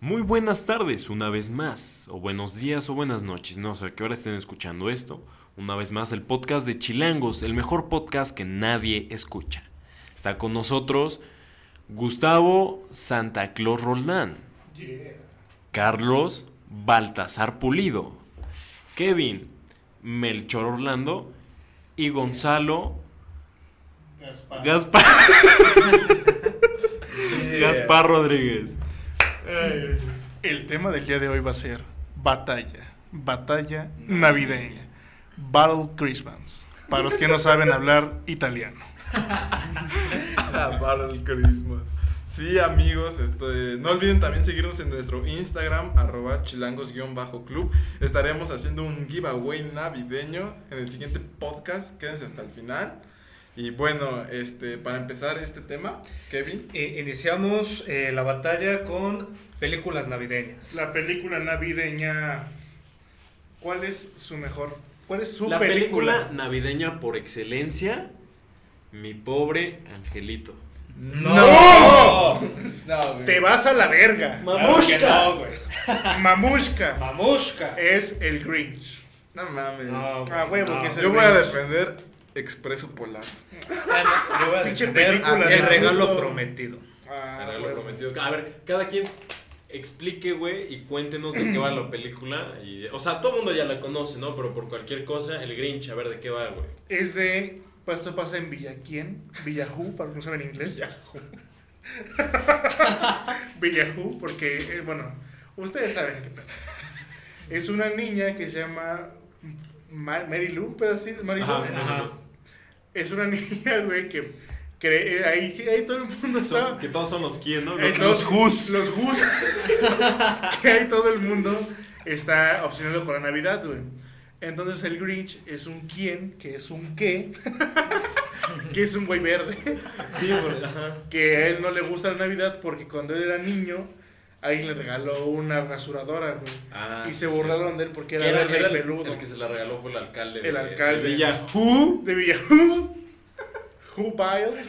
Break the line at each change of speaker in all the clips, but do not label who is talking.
Muy buenas tardes una vez más, o buenos días o buenas noches, no sé a qué hora estén escuchando esto. Una vez más el podcast de Chilangos, el mejor podcast que nadie escucha. Está con nosotros Gustavo Santa Claus Roldán, Carlos Baltasar Pulido, Kevin Melchor Orlando y Gonzalo
Gaspar.
Gaspar,
Eh.
Gaspar Rodríguez.
Ay, El tema del día de hoy va a ser batalla, batalla navideña, Battle Christmas, para los que no saben hablar italiano.
La barra del Christmas. Sí, amigos, este, no olviden también seguirnos en nuestro Instagram, arroba chilangos-club. Estaremos haciendo un giveaway navideño en el siguiente podcast. Quédense hasta el final. Y bueno, este, para empezar este tema, Kevin.
Eh, iniciamos eh, la batalla con películas navideñas.
La película navideña, ¿cuál es su mejor? ¿Cuál es su
la película?
película?
navideña por excelencia, Mi pobre angelito.
¡Oh!
¡No!
No, güey.
Te vas a la verga.
¡Mamushka!
Claro que no, güey.
Mamushka
¡Mamushka!
es el Grinch.
No mames.
No,
Ah,
güey,
huevo,
no.
que es el
Yo voy a
Grinch.
defender Expreso Polar.
Ah, no, yo voy a
Pinche
defender
película
de
Ah, El regalo
Naruto.
prometido.
Ah,
Era lo
huevo.
prometido. A ver, cada quien explique, güey, y cuéntenos de qué va la película. y- o sea, todo el mundo ya la conoce, ¿no? Pero por cualquier cosa, el Grinch, a ver de qué va, güey.
Es de. Pues esto pasa en Villaquien, Villahu, para los que no saben inglés. Villahu, porque, eh, bueno, ustedes saben qué pedo. Es una niña que se llama Ma- Mary Lou, pero así es Mary Lou.
Ajá, ajá.
Es una niña, güey, que cree, eh, ahí sí, ahí todo el mundo
Son-
está.
que todos son los quién, ¿no?
Eh,
Los Who's.
Los Who's. que ahí todo el mundo está obsesionado con la Navidad, güey. Entonces el Grinch es un quién, que es un qué, que es un güey verde,
Sí, güey. Ajá.
que a él no le gusta la Navidad porque cuando él era niño, alguien le regaló una rasuradora, güey.
Ah,
y se
sí.
burlaron de él porque
Que era,
era, verde y
era el,
peludo.
el que se la regaló fue el alcalde.
El
de-
alcalde.
de Villa.
De Villa. Who? Who Bile?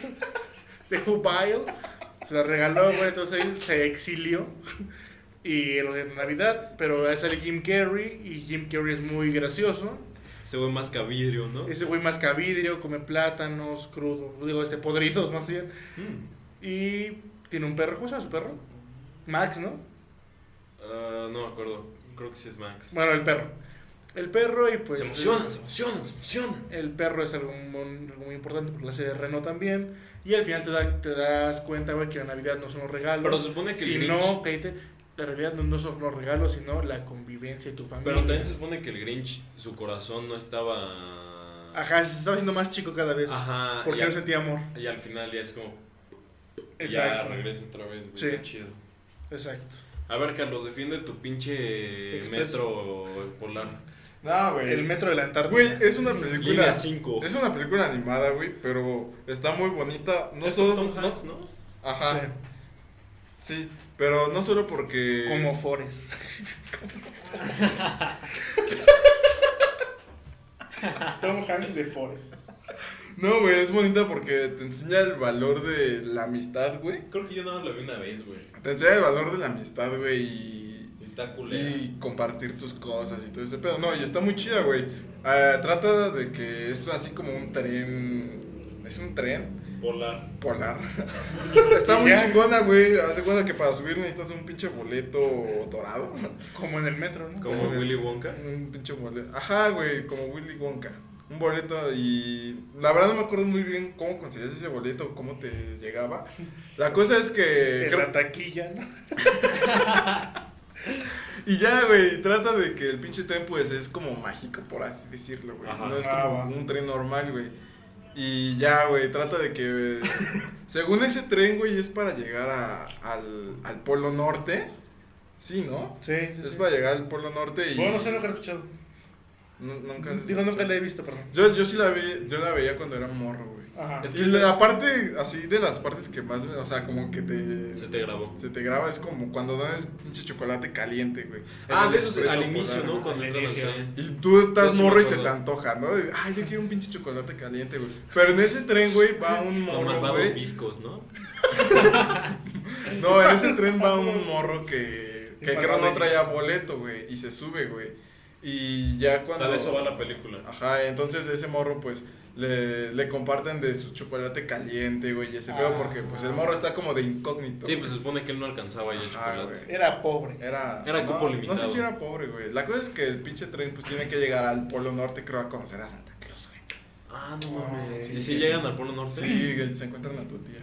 De Who Bile. Se la regaló, güey. Entonces él se exilió. Y lo de Navidad. Pero ahí sale Jim Carrey. Y Jim Carrey es muy gracioso.
Se fue más cavidrio, ¿no?
Ese güey masca vidrio, come plátanos, crudo. Digo, este, podridos más bien.
Mm.
Y tiene un perro. ¿Cómo se llama su perro? Max, ¿no?
Ah, no me acuerdo. Creo que sí es Max.
Bueno, el perro. El perro y pues...
se emocionan, se emocionan, se emocionan.
El perro es algo muy, algo muy importante porque lo hace de Reno también. Y al final te, da- te das cuenta, güey, que la Navidad no son los regalos.
Pero se supone que el Grinch-
Sino, cállate, la Navidad no, no son los regalos, sino la convivencia de tu familia.
Pero también se supone que el Grinch, su corazón no estaba.
Ajá, se estaba haciendo más chico cada vez.
Ajá.
porque
y,
no
al,
sentía amor.
y al final ya es como.
Exacto.
Ya regresa otra vez, güey.
Sí.
Está chido.
Exacto.
A ver, Carlos, defiende tu pinche
Expreso.
metro polar.
No, güey.
El metro de la Antártida.
Güey, es una película.
Línea 5.
Es una película animada, güey, pero está muy bonita. No
Es
solo.
con Tom
no-
Hanks, ¿no?
ajá.
Sí.
Sí. pero no solo porque.
Como Forest. Tom Hanks de Forest.
No, güey, es bonita porque te enseña el valor de la amistad, güey.
Creo que yo nada más la vi una vez, güey.
Te enseña el valor de la amistad, güey, y.
Y Está culera.
Y compartir tus cosas y todo ese pedo. No, y está muy chida, güey. Ah, trata de que es así como un tren. Es un tren
Polar.
polar. está muy
Ya.
chingona, güey. Hace cuenta que para subir necesitas un pinche boleto dorado.
Como en el metro, ¿no?
Como
Como
Willy Wonka.
Un pinche boleto. Ajá, güey, como Willy Wonka. Un boleto y la verdad no me acuerdo muy bien cómo conseguías ese boleto, cómo te llegaba. La cosa es que...
En la taquilla, ¿no?
Y ya, güey, trata de que el pinche tren pues es como mágico, por así decirlo, güey.
Ajá.
No es
Ah, va.
como un tren normal, güey. Y ya, güey, trata de que... eh, según ese tren, güey, es para llegar a- al, al Polo Norte. Sí, ¿no?
Sí, sí,
Es
sí.
para llegar al Polo Norte y...
Bueno, no sé, nunca lo he escuchado.
Nu- Nunca...
Digo, nunca la he visto, perdón.
Yo, yo sí la vi, yo la veía cuando era morro, güey.
Ajá.
Es que la parte, así de las partes que más, me- o sea, como que te...
Se te grabó.
se te graba es como cuando dan el pinche chocolate caliente, güey.
Ah,
En el
de esos
expreso
al inicio,
polar,
¿no?
güey.
Cuando
Al
entran al
inicio.
tren.
Y tú
Yo
estás
sí me
morro y se
acuerdo.
te antoja, ¿no? De, Ay, yo quiero un pinche chocolate caliente, güey. Pero en ese tren, güey, va un
Toman
morro,
varios
güey.
viscos, ¿no?
No, en ese tren va un morro que Que creo no traía boleto, güey. Y se sube, güey. Y ya cuando. Ah,
Sale eso va la película.
Ajá, entonces ese morro, pues, le, le comparten de su chocolate caliente, güey, y ese
Ah.
pedo, porque pues el morro está como de incógnito.
Sí,
güey.
pues se supone que él no alcanzaba ya el
Ajá,
chocolate.
güey.
Era pobre.
Era,
Era
no,
cupo
No sé
limitado.
si era pobre, güey. La cosa es que el pinche tren, pues, tiene que llegar al Polo Norte, creo, a conocer a Santa Claus, güey.
Ah, no mames.
Sí,
¿Y si
sí,
llegan
sí.
al Polo Norte?
Sí, güey, se encuentran a tu tía.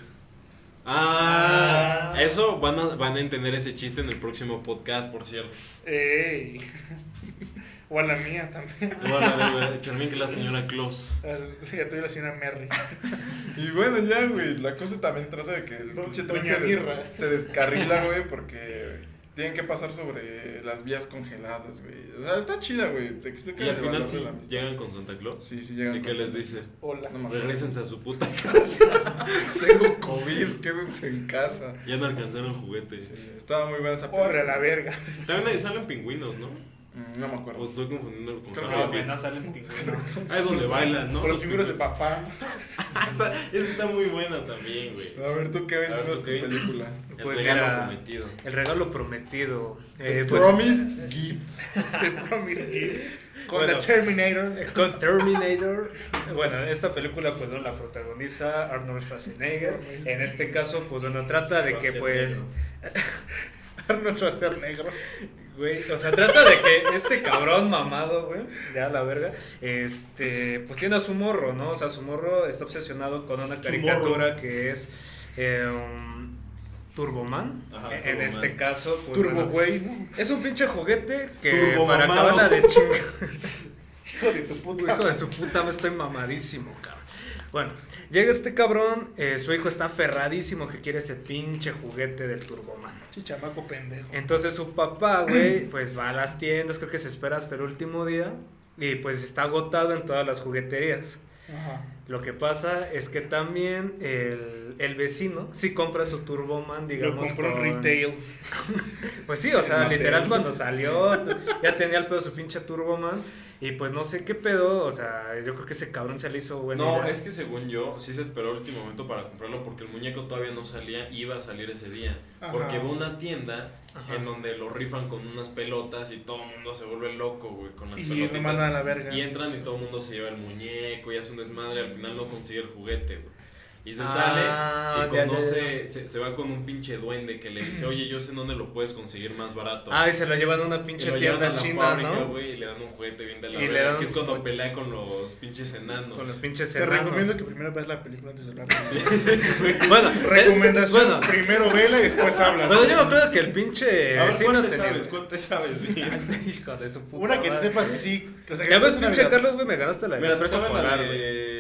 Ah, eso van a, van a entender ese chiste en el próximo podcast, por cierto.
Ey. o a la mía también.
Bueno, de- de Charmín, que es la señora Claus.
Ya tuve la señora Merry.
Y bueno, ya, güey, la cosa también trata de que el
Do-
pinche tren
Doña
se, des-
Mirra.
se descarrila, güey, porque tienen que pasar sobre las vías congeladas, güey. O sea, está chida, güey. Te explica
Y al
el valor
final
de
sí
la amistad.
llegan con Santa Claus.
Sí, sí, llegan.
¿Y qué
con-
les dice?
Hola.
No me acuerdo.
Regrésense a su puta casa.
Tengo COVID, quédense en casa.
Ya no alcanzaron juguetes.
Sí, estaba muy buena esa
Corre a
película.
la verga.
También ahí salen pingüinos, ¿no?
Mm, No me
O
acuerdo.
estoy confundiendo con
Creo que
Happy Feet.
no salen pingüinos.
Ahí es donde bailan, ¿no?
Con los figuros de papá.
Ah, está- Esa está muy buena también, güey.
A ver, tú, Kevin,
A ver,
dinos
tú,
tu
Kevin.
película.
El
Pues
regalo
mira,
prometido.
El regalo prometido.
The
Eh, pues,
Promise Gift.
The Promise Kid. Con
Bueno.
The Terminator.
Con Terminator. Bueno, esta película pues no la protagoniza Arnold Schwarzenegger. En este caso, pues bueno, trata de que pues...
Arnold Schwarzenegger.
Güey, o sea, trata de que este cabrón mamado, güey, ya la verga, este, pues tiene a su morro, ¿no? O sea, su morro está obsesionado con una caricatura que es eh, um, Turboman.
Ajá,
en
Turboman.
este caso, pues,
Turbo
bueno,
Güey, ¿no?
es un pinche juguete que para
Turbomamado.
acabarla de chingar.
Hijo de tu puta.
Hijo de su puta, me estoy mamadísimo, cabrón. Bueno, llega este cabrón, eh, su hijo está ferradísimo que quiere ese pinche juguete del Turboman.
Pinche chamaco pendejo.
Entonces su papá, güey, pues va a las tiendas, creo que se espera hasta el último día y pues está agotado en todas las jugueterías.
Ajá.
Lo que pasa es que también el, el vecino sí compra su Turboman,
Lo
digamos.
compró
con-
en retail.
Pues sí, o sea,
Mateo.
literal cuando salió ya tenía el pedo su pinche Turboman y pues no sé qué pedo, o sea, yo creo que ese cabrón se le hizo bueno.
No, es que según yo, sí se esperó el último momento para comprarlo porque el muñeco todavía no salía, iba a salir ese día.
Ajá.
Porque va a una tienda
Ajá.
en donde lo rifan con unas pelotas y todo el mundo se vuelve loco, güey, con las
Y lo mandan
pelotas.
a la verga.
Y entran y todo el mundo se lleva el muñeco y hace un desmadre, al final no consigue el juguete, güey. Y se
Ah,
sale
ya,
y
ya,
conoce,
ya.
Se, se va con un pinche duende que le dice, oye, yo sé en dónde lo puedes conseguir más barato.
Ah, y se lo llevan a una
Y
pinche
lo llevan a
tienda
la
china,
fábrica,
¿no?
güey, y le dan un juguete bien de la
Y le
verga,
dan
que es
un
cuando
juguete.
pelea con los pinches enanos.
Con los pinches
Te recomiendo
hermanos.
que primero veas la película antes de hablar.
Sí.
Bueno, eh,
Recomendación.
Bueno,
Primero vela y después hablas.
Bueno, yo me acuerdo que el pinche
A ver,
vecino
¿cuál te
tenía-
sabes? ¿Cuál te sabes? Mira,
Hijo de su puta
Una que
madre.
sepas que sí. O sea, que
Ya ves,
es una
pinche
vida-
Carlos, güey, me ganaste la
te
expresa
sabes la
polar, güey.
de...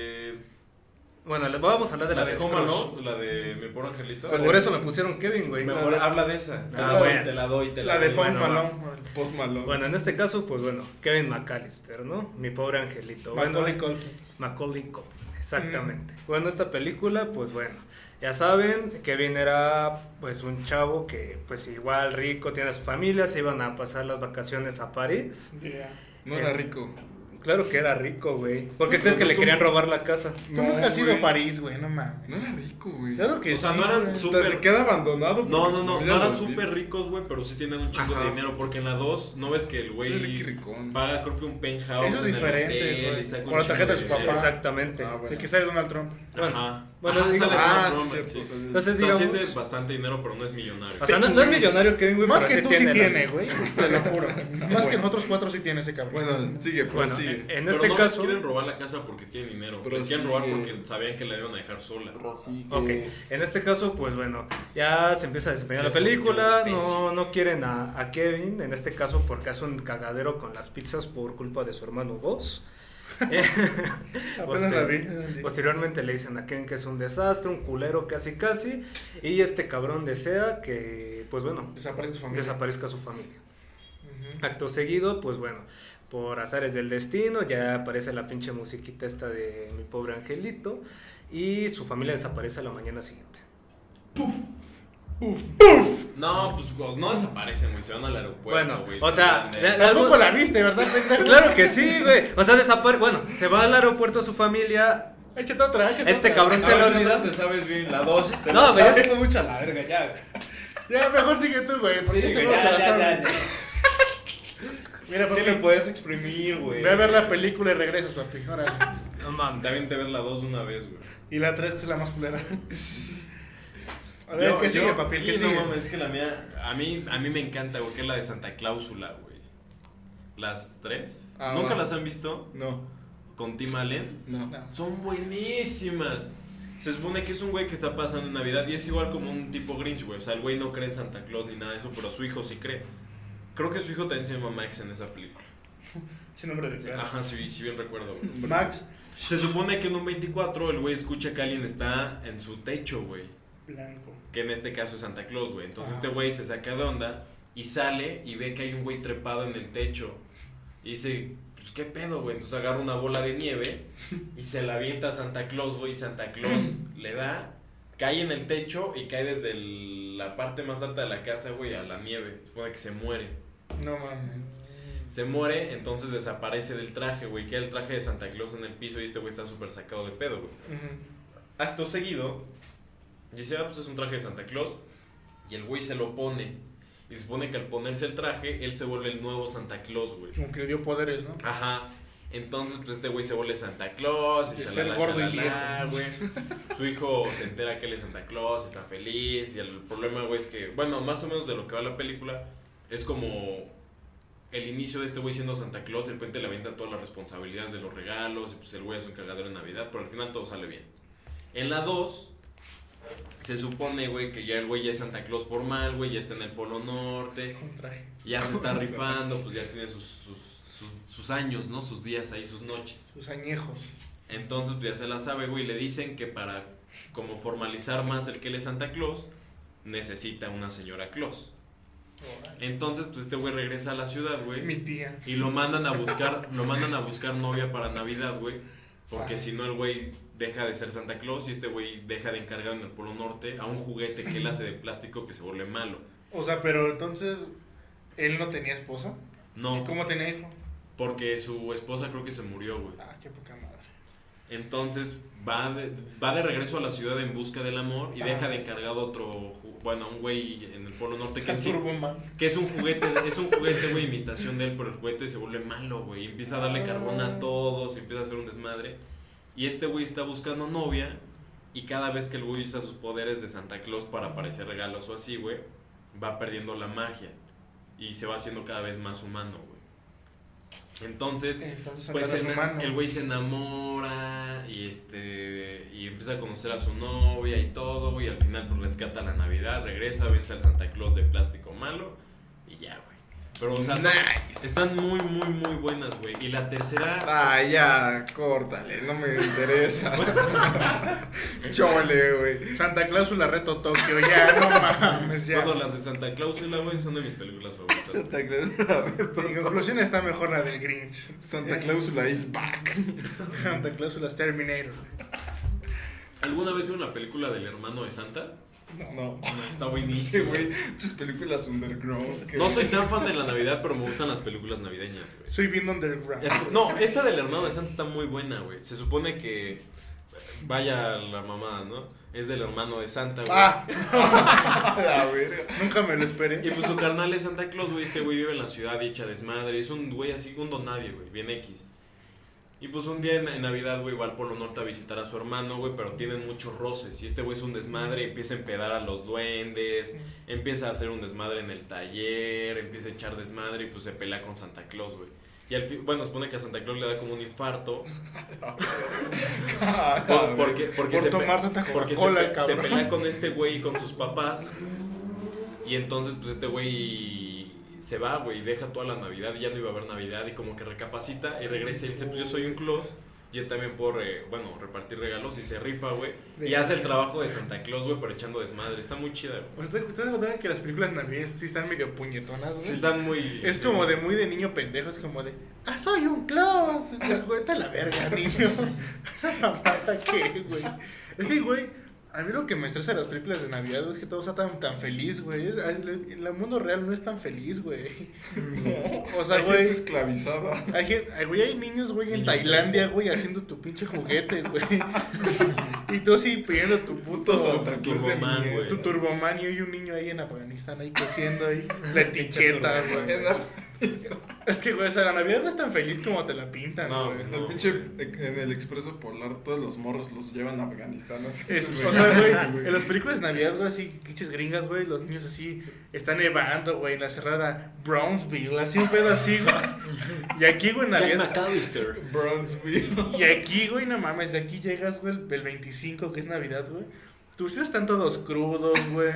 Bueno, le- vamos a hablar de la,
La de
de
Coma,
Scrooge.
¿no? La de Mi Pobre Angelito.
Pues por eso me pusieron Kevin, güey.
Mejor
La de-
habla de esa. Te
Ah,
la doy,
bueno.
te la doy, te la
La de
doy.
Pon
Bueno,
Palón.
Post Malone.
Bueno, en este caso, pues bueno, Kevin McAllister, ¿no? Mi pobre angelito. Bueno,
Macaulay Culkin.
Macaulay Culkin, exactamente. Bueno, esta película, pues bueno, ya saben, Kevin era pues un chavo que pues igual rico, tiene a su familia, se iban a pasar las vacaciones a París.
Yeah.
eh.
no era rico.
Claro que era rico, güey. ¿Por qué
No,
crees que
pues,
le
¿cómo?
querían robar la casa?
Tú
No,
nunca has ido a
güey.
París, güey, no mames.
No era rico, güey.
Claro que
O sea,
sí,
no eran
güey.
su-
Hasta
súper-
se queda abandonado.
No,
porque
no,
su
no,
familia
no eran
los vive.
súper ricos, güey, pero sí tienen un chingo
Ajá.
de dinero. Porque en la 2, ¿no ves que el
Sí, Ricky
güey
Ricón.
paga, creo que un penthouse?
Eso es
en el
diferente,
hotel
güey.
y saca un
Con la
chingo
tarjeta de su papá.
dinero?
Exactamente.
Ah, bueno.
El que sale Donald Trump.
Ajá.
Bueno,
Ajá,
digo-
sale
Ah,
Donald
sí,
Trump,
cierto.
sí.
sale-
O sea,
Entonces,
sí
digamos,
es de bastante dinero, pero no es millonario.
o sea, no, no es millonario Kevin, güey,
Más
pero
que tú sí
la-
tiene, güey. Te lo juro. Más que nosotros cuatro sí tiene ese cabrón.
Bueno, sigue, pues
Bueno,
sigue.
en, en
Pero
este
no les
caso...
quieren robar la casa porque tienen dinero.
Pero
les quieren
sí,
robar
eh.
porque sabían que la iban a dejar sola.
Ok, en este caso, pues bueno, ya se empieza a desempeñar la película, no, no quieren a, a Kevin, en este caso porque hace un cagadero con las pizzas por culpa de su hermano Boss. Eh,
Pues,
Apenas
eh,
la vi.
Posteriormente le dicen a Kevin que es un desastre, un culero casi casi, y este cabrón desea que, pues bueno,
Desaparece tu familia.
desaparezca su familia.
Ujú.
Acto seguido, pues bueno, por azares del destino, ya aparece la pinche musiquita esta de mi pobre angelito y su familia desaparece a la mañana siguiente.
No, pues güey, no desaparecen, güey. Se van al aeropuerto,
Bueno,
güey.
o
se
sea,
van de-
la- la-
Tampoco la viste, ¿verdad, pendejo?
Claro que sí, güey. O sea, desaparece. Bueno, se va al aeropuerto su familia.
Échate otra, échate
Este
otra.
cabrón se
A
le
ver,
olvida.
no te sabes bien la 2.
No, pero ya se fue mucho a la verga, ya. güey.
Ya, mejor sigue tú, güey. Porque
Sí,
eso
güey,
no se
ya, ya,
la
ya,
sabe.
ya.
Mira,
Es que le
papi.
puedes exprimir, güey.
Ve a ver la película y regresas, papi. Órale.
No mames.
También te ves la dos de una vez, güey.
Y la 3 es la más culera. A ver, ¿qué sigue, papi? ¿Qué
y
sigue?
No mames, es que la mía. A mí, a mí me encanta, güey, que es la de Santa Cláusula, güey. Las tres.
Ah,
¿Nunca
va.
las han visto?
No,
Con Tim Allen.
no.
No.
Son buenísimas. Se supone que es un güey que está pasando Navidad y es igual como un tipo Grinch, güey. O sea, el güey no cree en Santa Claus ni nada de eso, pero su hijo sí cree. Creo que su hijo también se llama Max en esa película.
Sin nombre de perro.
Ajá, sí, ah. sí bien recuerdo, güey.
Max
Se supone que en un 24 el güey escucha que alguien está en su techo, güey.
Blanco.
Que en este caso es Santa Claus, güey. Entonces
Ajá.
este güey se saca de onda y sale y ve que hay un güey trepado en el techo. Y dice, pues qué pedo, güey. Entonces agarra una bola de nieve y se la avienta a Santa Claus, güey. Y Santa Claus le da, cae en el techo y cae desde el- la parte más alta de la casa, güey, a la nieve. Supone que se muere.
No mames.
Se muere, entonces desaparece del traje, güey. Queda el traje de Santa Claus en el piso y este güey está súper sacado de pedo, güey.
Ujú.
Acto seguido, dice, ah, pues es un traje de Santa Claus. Y el güey se lo pone. Y se supone que al ponerse el traje, él se vuelve el nuevo Santa Claus, güey.
Como que le dio poderes, ¿no?
Ajá. Entonces, pues este güey se vuelve Santa Claus. Y
Es el
shalala,
gordo y
shalala, güey. Su hijo se entera que él es Santa Claus, está feliz. Y el problema, güey, es que, bueno, más o menos de lo que va la película, es como el inicio de este güey siendo Santa Claus. De repente le avienta todas las responsabilidades de los regalos. Y pues el güey es un cagadero en Navidad. Pero al final todo sale bien. En la 2, se supone, güey, que ya el güey ya es Santa Claus formal, güey, ya está en el Polo Norte
Un traje.
ya se está rifando, pues ya tiene sus, sus, sus- sus años, ¿no? Sus días ahí, sus noches.
Sus añejos.
Entonces, pues ya se la sabe, güey. Le dicen que para como formalizar más el que él es Santa Claus, necesita una señora Claus.
Órale.
Entonces, pues este güey regresa a la ciudad,
Mi
güey.
tía.
Y lo mandan a buscar, lo mandan a buscar novia para Navidad, güey.
Ah.
Porque si no, el güey deja de ser Santa Claus y este güey deja de encargado en el Polo Norte a un juguete que él hace de plástico que se vuelve malo.
O sea, pero entonces, ¿él no tenía esposa?
No,
¿Y cómo tenía hijo?
porque su esposa creo que se murió, güey.
Ah, qué poca madre.
Entonces va de, va de regreso a la ciudad en busca del amor y
Ah.
deja de encargado a otro, ju- bueno, a un güey en el Polo Norte que, en sí-
Turboman.
que es un juguete, es un juguete, güey, imitación de él, pero el juguete se vuelve malo, güey, y empieza a darle carbón a todos, y empieza a hacer un desmadre. Y este güey está buscando novia y cada vez que el güey usa sus poderes de Santa Claus para aparecer regalos o así, güey, va perdiendo la magia y se va haciendo cada vez más humano, güey. Entonces,
Entonces,
pues
andaba
se
su
ena-
mano.
el güey se enamora y este y empieza a conocer a su novia y todo güey, y al final pues rescata la Navidad, regresa, vence al Santa Claus de plástico malo y ya, güey. Pero o sea, son-
Nice.
están muy muy muy buenas, güey. Y la tercera
Ah, ya, córtale, no me interesa. Chole, güey.
Santa Cláusula Reto Tokio, ya, no mames, ya.
bueno, las de Santa Claus y la güey son de mis películas favoritas. güey.
Santa Claus.
En conclusión está mejor la del Grinch.
Eh.
Santa Clausula is back.
Santa Cláusula es Terminator.
¿Alguna vez vieron la película del hermano de Santa?
No.
No, está
Ah, Sí,
buenísimo.
güey. Muchas películas underground. que-
No soy tan fan de la Navidad, pero me gustan las películas navideñas, güey.
Soy bien underground.
Es- no, esta del hermano de Santa está muy buena, güey. Se supone que. Vaya la mamada, ¿no? Es del hermano de Santa, güey.
Ah, la verga.
Nunca me lo
Y
esperé.
pues su carnal es Santa Claus, güey. Este güey vive en la ciudad y echa desmadre. Es un güey así, un don nadie, güey. Bien X. Y pues un día en, en Navidad, güey, va al Polo Norte a visitar a su hermano, güey, pero tienen muchos roces. Y este güey es un desmadre, empieza a empedar a los duendes, empieza a hacer un desmadre en el taller, empieza a echar desmadre y pues se pelea con Santa Claus, güey. Y al fin, bueno, supone que a Santa Claus le da como un infarto
Ah, la
Por,
verga.
porque, porque
Por
se
tomar
pe-
tanta
porque se
Coca-Cola,
pe- se,
cabrón.
pelea con este güey y con sus papás. Y entonces, pues este güey se va, güey, deja toda la Navidad. y Ya no iba a haber Navidad y como que recapacita y regresa y dice: Pues yo soy un Claus. Yo también puedo, re- bueno, repartir regalos y se rifa, güey. Y
Verga.
hace el trabajo de Santa Claus, güey, pero echando desmadre. Está muy chida, güey.
Pues, ¿Ustedes ustedes notan que las películas navideñas sí están medio puñetonas, güey?
Sí, está muy.
Es como de muy de niño pendejo, es como de, ah, soy un Claus. Vete a la verga, niño. Esa mamada que, güey. Es que, güey, A mí lo que me estresa de las películas de Navidad es que todo está tan, tan feliz, güey. Es- El, el mundo real no es tan feliz, güey. O sea,
Hay
güey.
gente esclavizada.
Hay, gen- hay, güey, hay niños, güey, en
Niños.
Tailandia, güey, haciendo tu pinche juguete, güey. y tú así pidiendo tu puto.
Puto Santa
tu
Claus de
mamá,
mierda.
güey.
Tu turboman y hay un niño ahí en Afganistán ahí cosiendo ahí la
Pinche
etiqueta,
turboman,
güey.
En la-
Es que, güey, o sea, la Navidad no es tan feliz como te la pintan,
No,
güey.
en
No,
el pinche, en el expreso polar, todos los morros los llevan a Afganistán. así.
Es- o sea, güey, en las películas de Navidad, güey, así, pinches gringas, güey, los niños así, están nevando, güey, en la cerrada Brownsville, así un pedo así, güey. Y aquí, güey, en
Jack
Navidad,
McAllister.
Bronzeville.
Y aquí, güey, no mames, de aquí llegas, güey, el 25, que es Navidad, güey. Tus tíos están todos crudos, güey.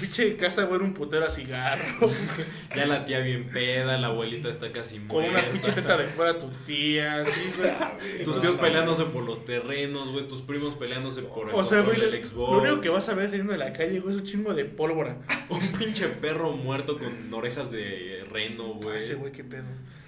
Pinche de casa, güey, era un putero a cigarro.
Ya la tía bien peda, la abuelita está casi
Con
muerta.
una pinche teta de fuera tu tía, así,
Ah,
güey.
Tus tíos peleándose por los terrenos, güey. Tus primos peleándose por el,
O sea, güey,
control
lo
del Xbox.
lo único que vas a ver saliendo de la calle, güey, es un chingo de pólvora.
Un pinche perro muerto con orejas de reno, güey.
Ese güey, qué pedo.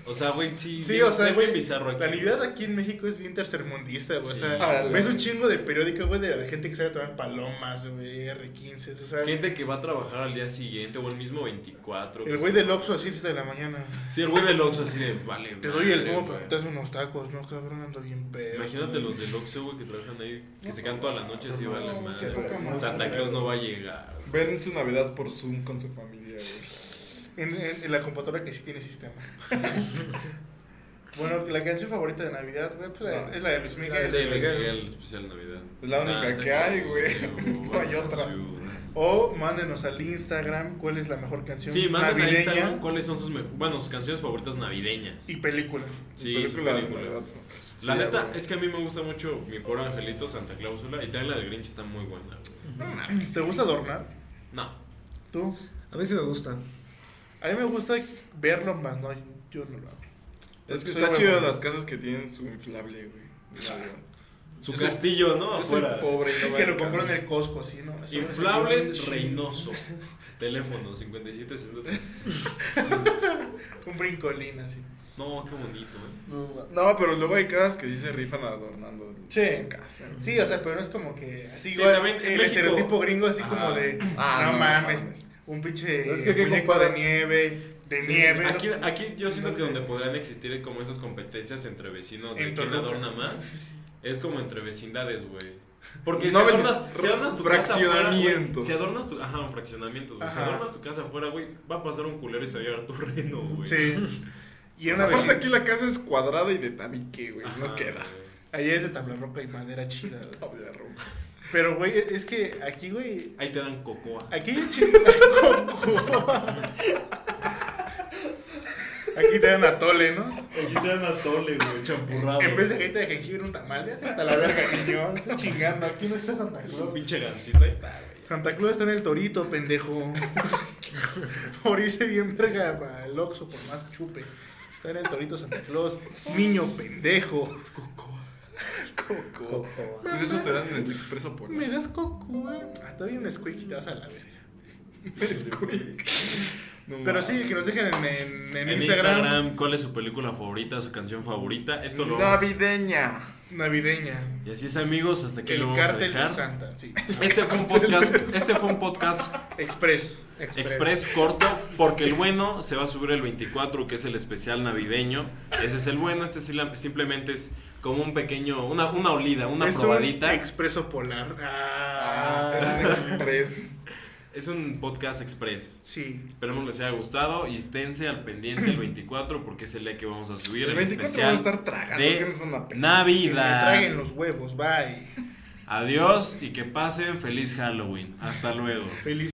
O sea, güey, sí.
Sí,
bien-
o sea,
es
güey,
bien bizarro aquí.
la Navidad aquí en México es bien tercermundista, güey.
Sí.
O sea,
Ah, la-
ves un chingo de periódicos, güey, de la gente que sale a tomar palomas, güey, R15, o sea...
Gente que va a trabajar al día siguiente o el mismo 24.
El
pues,
güey del Oxxo así, 7 de la mañana.
Sí, el güey del Oxxo así de, vale,
Te doy el
madre, güey.
pomo, pero eh, te das unos tacos, ¿no? Cabrón, ando bien pedo.
Imagínate
güey.
los del Oxxo, güey, que trabajan ahí, que se quedan toda la noche así,
No,
vale,
sí,
madre.
puta madre.
Santa Claus no va a llegar.
Ven su Navidad por Zoom con su familia, güey.
En, en- en la computadora que sí tiene sistema. bueno, la canción favorita de Navidad, güey, pues,
No.
es la de Luis Miguel.
Sí,
de
Luis
Miguel.
Miguel, especial Navidad.
Es la única que hay, güey.
Claus,
No hay otra.
O mándenos al Instagram cuál es la mejor canción
Sí, manden a
navideña
Instagram cuáles son sus, me- bueno, sus canciones favoritas navideñas.
y película.
Sí, su
de
película.
Navidad.
La
Sí,
neta,
güey.
es que a mí me gusta mucho Mi Pobre Angelito, Santa Clausula y también la del Grinch está muy buena. güey.
¿Te gusta adornar?
No.
¿Tú?
A mí sí me gusta.
A mí me gusta verlo, más no, yo no lo hago.
Es que
Soy
está
huevón.
chido las casas que tienen su inflable, güey. de Navidad.
Su
Yo soy-
castillo, ¿no?
Yo soy
Afuera.
pobre y no
que
voy
lo
a
compró en
casa.
el Costco, así, ¿no? Eso me
Inflables
sirvió un chingo.
Reynoso. Teléfono 5763.
Un brincolín, así.
No, qué bonito, ¿eh? güey.
No, pero luego hay casas que sí se rifan adornando
Sí.
su casa. güey.
Sí, o sea, pero no es como que así,
Sí,
güey,
también en
el
México-
estereotipo gringo así
Ajá.
como de,
Ah,
no,
no
mames,
mames.
un pinche
Es que, ¿qué
muñeco
comparas?
de nieve, de
Sí,
nieve.
Aquí,
¿no?
aquí yo siento que
No,
donde
no.
podrían existir como esas competencias entre vecinos de
En
quién
Toluca.
adorna más, es como entre vecindades, güey. Porque
No,
si,
vecin-
adornas, si adornas tu casa afuera, güey,
fraccionamientos.
si adornas tu, ajá, fraccionamientos, güey, si
Ajá.
adornas tu casa afuera, güey, va a pasar un culero y se va a llevar tu reno, güey.
Sí. Y una vez,
Aparte aquí la casa es cuadrada y de tabique, güey.
Ajá,
No queda.
güey.
allá es de tabla roca y madera chida. güey.
Tabla roja.
Pero, güey, es que aquí, güey,
Ahí te dan cocoa.
aquí hay un chingo Aquí te dan atole, ¿no?
Aquí te dan atole, güey, champurrado.
En vez de gente de jengibre, un tamal, ya se hasta la verga, niño. Estoy chingando, aquí no está Santa Claus.
Una pinche gancita, ahí está, güey.
Santa Claus está en el torito, pendejo. por irse bien verga para el Oxxo, por más chupe. Está en el torito Santa Claus. Niño pendejo. Cocoa.
Pues eso te dan en el expreso polar.
¿Me das cocoa? Ah, todavía un squeak y te vas a la verga.
No
Pero
mames.
sí, que nos dejen en, en- en
En
Instagram,
Instagram, ¿cuál es su película favorita, su canción favorita? Esto lo vamos a-
Navideña.
navideña.
Y así es, amigos, hasta aquí lo
el
vamos a
cártel de
dejar.
Santa, sí.
Este fue un podcast, este fue un podcast
Express.
express corto, porque el bueno se va a subir el 24, que es el especial navideño. Ese es el bueno, este sí la- simplemente es como un pequeño, una, una olida, una
es
probadita.
Un expreso polar. Ah,
Ah, es un express.
es un podcast express.
sí.
Esperemos les haya gustado y esténse al pendiente el 24 porque es el día que vamos a subir el,
El 24 van
especial
a estar tragando.
de
¿Qué nos van a pegar?
Que me traguen
Navidad.
los huevos, bye.
Adiós y que pasen feliz Halloween. Hasta luego.
Feliz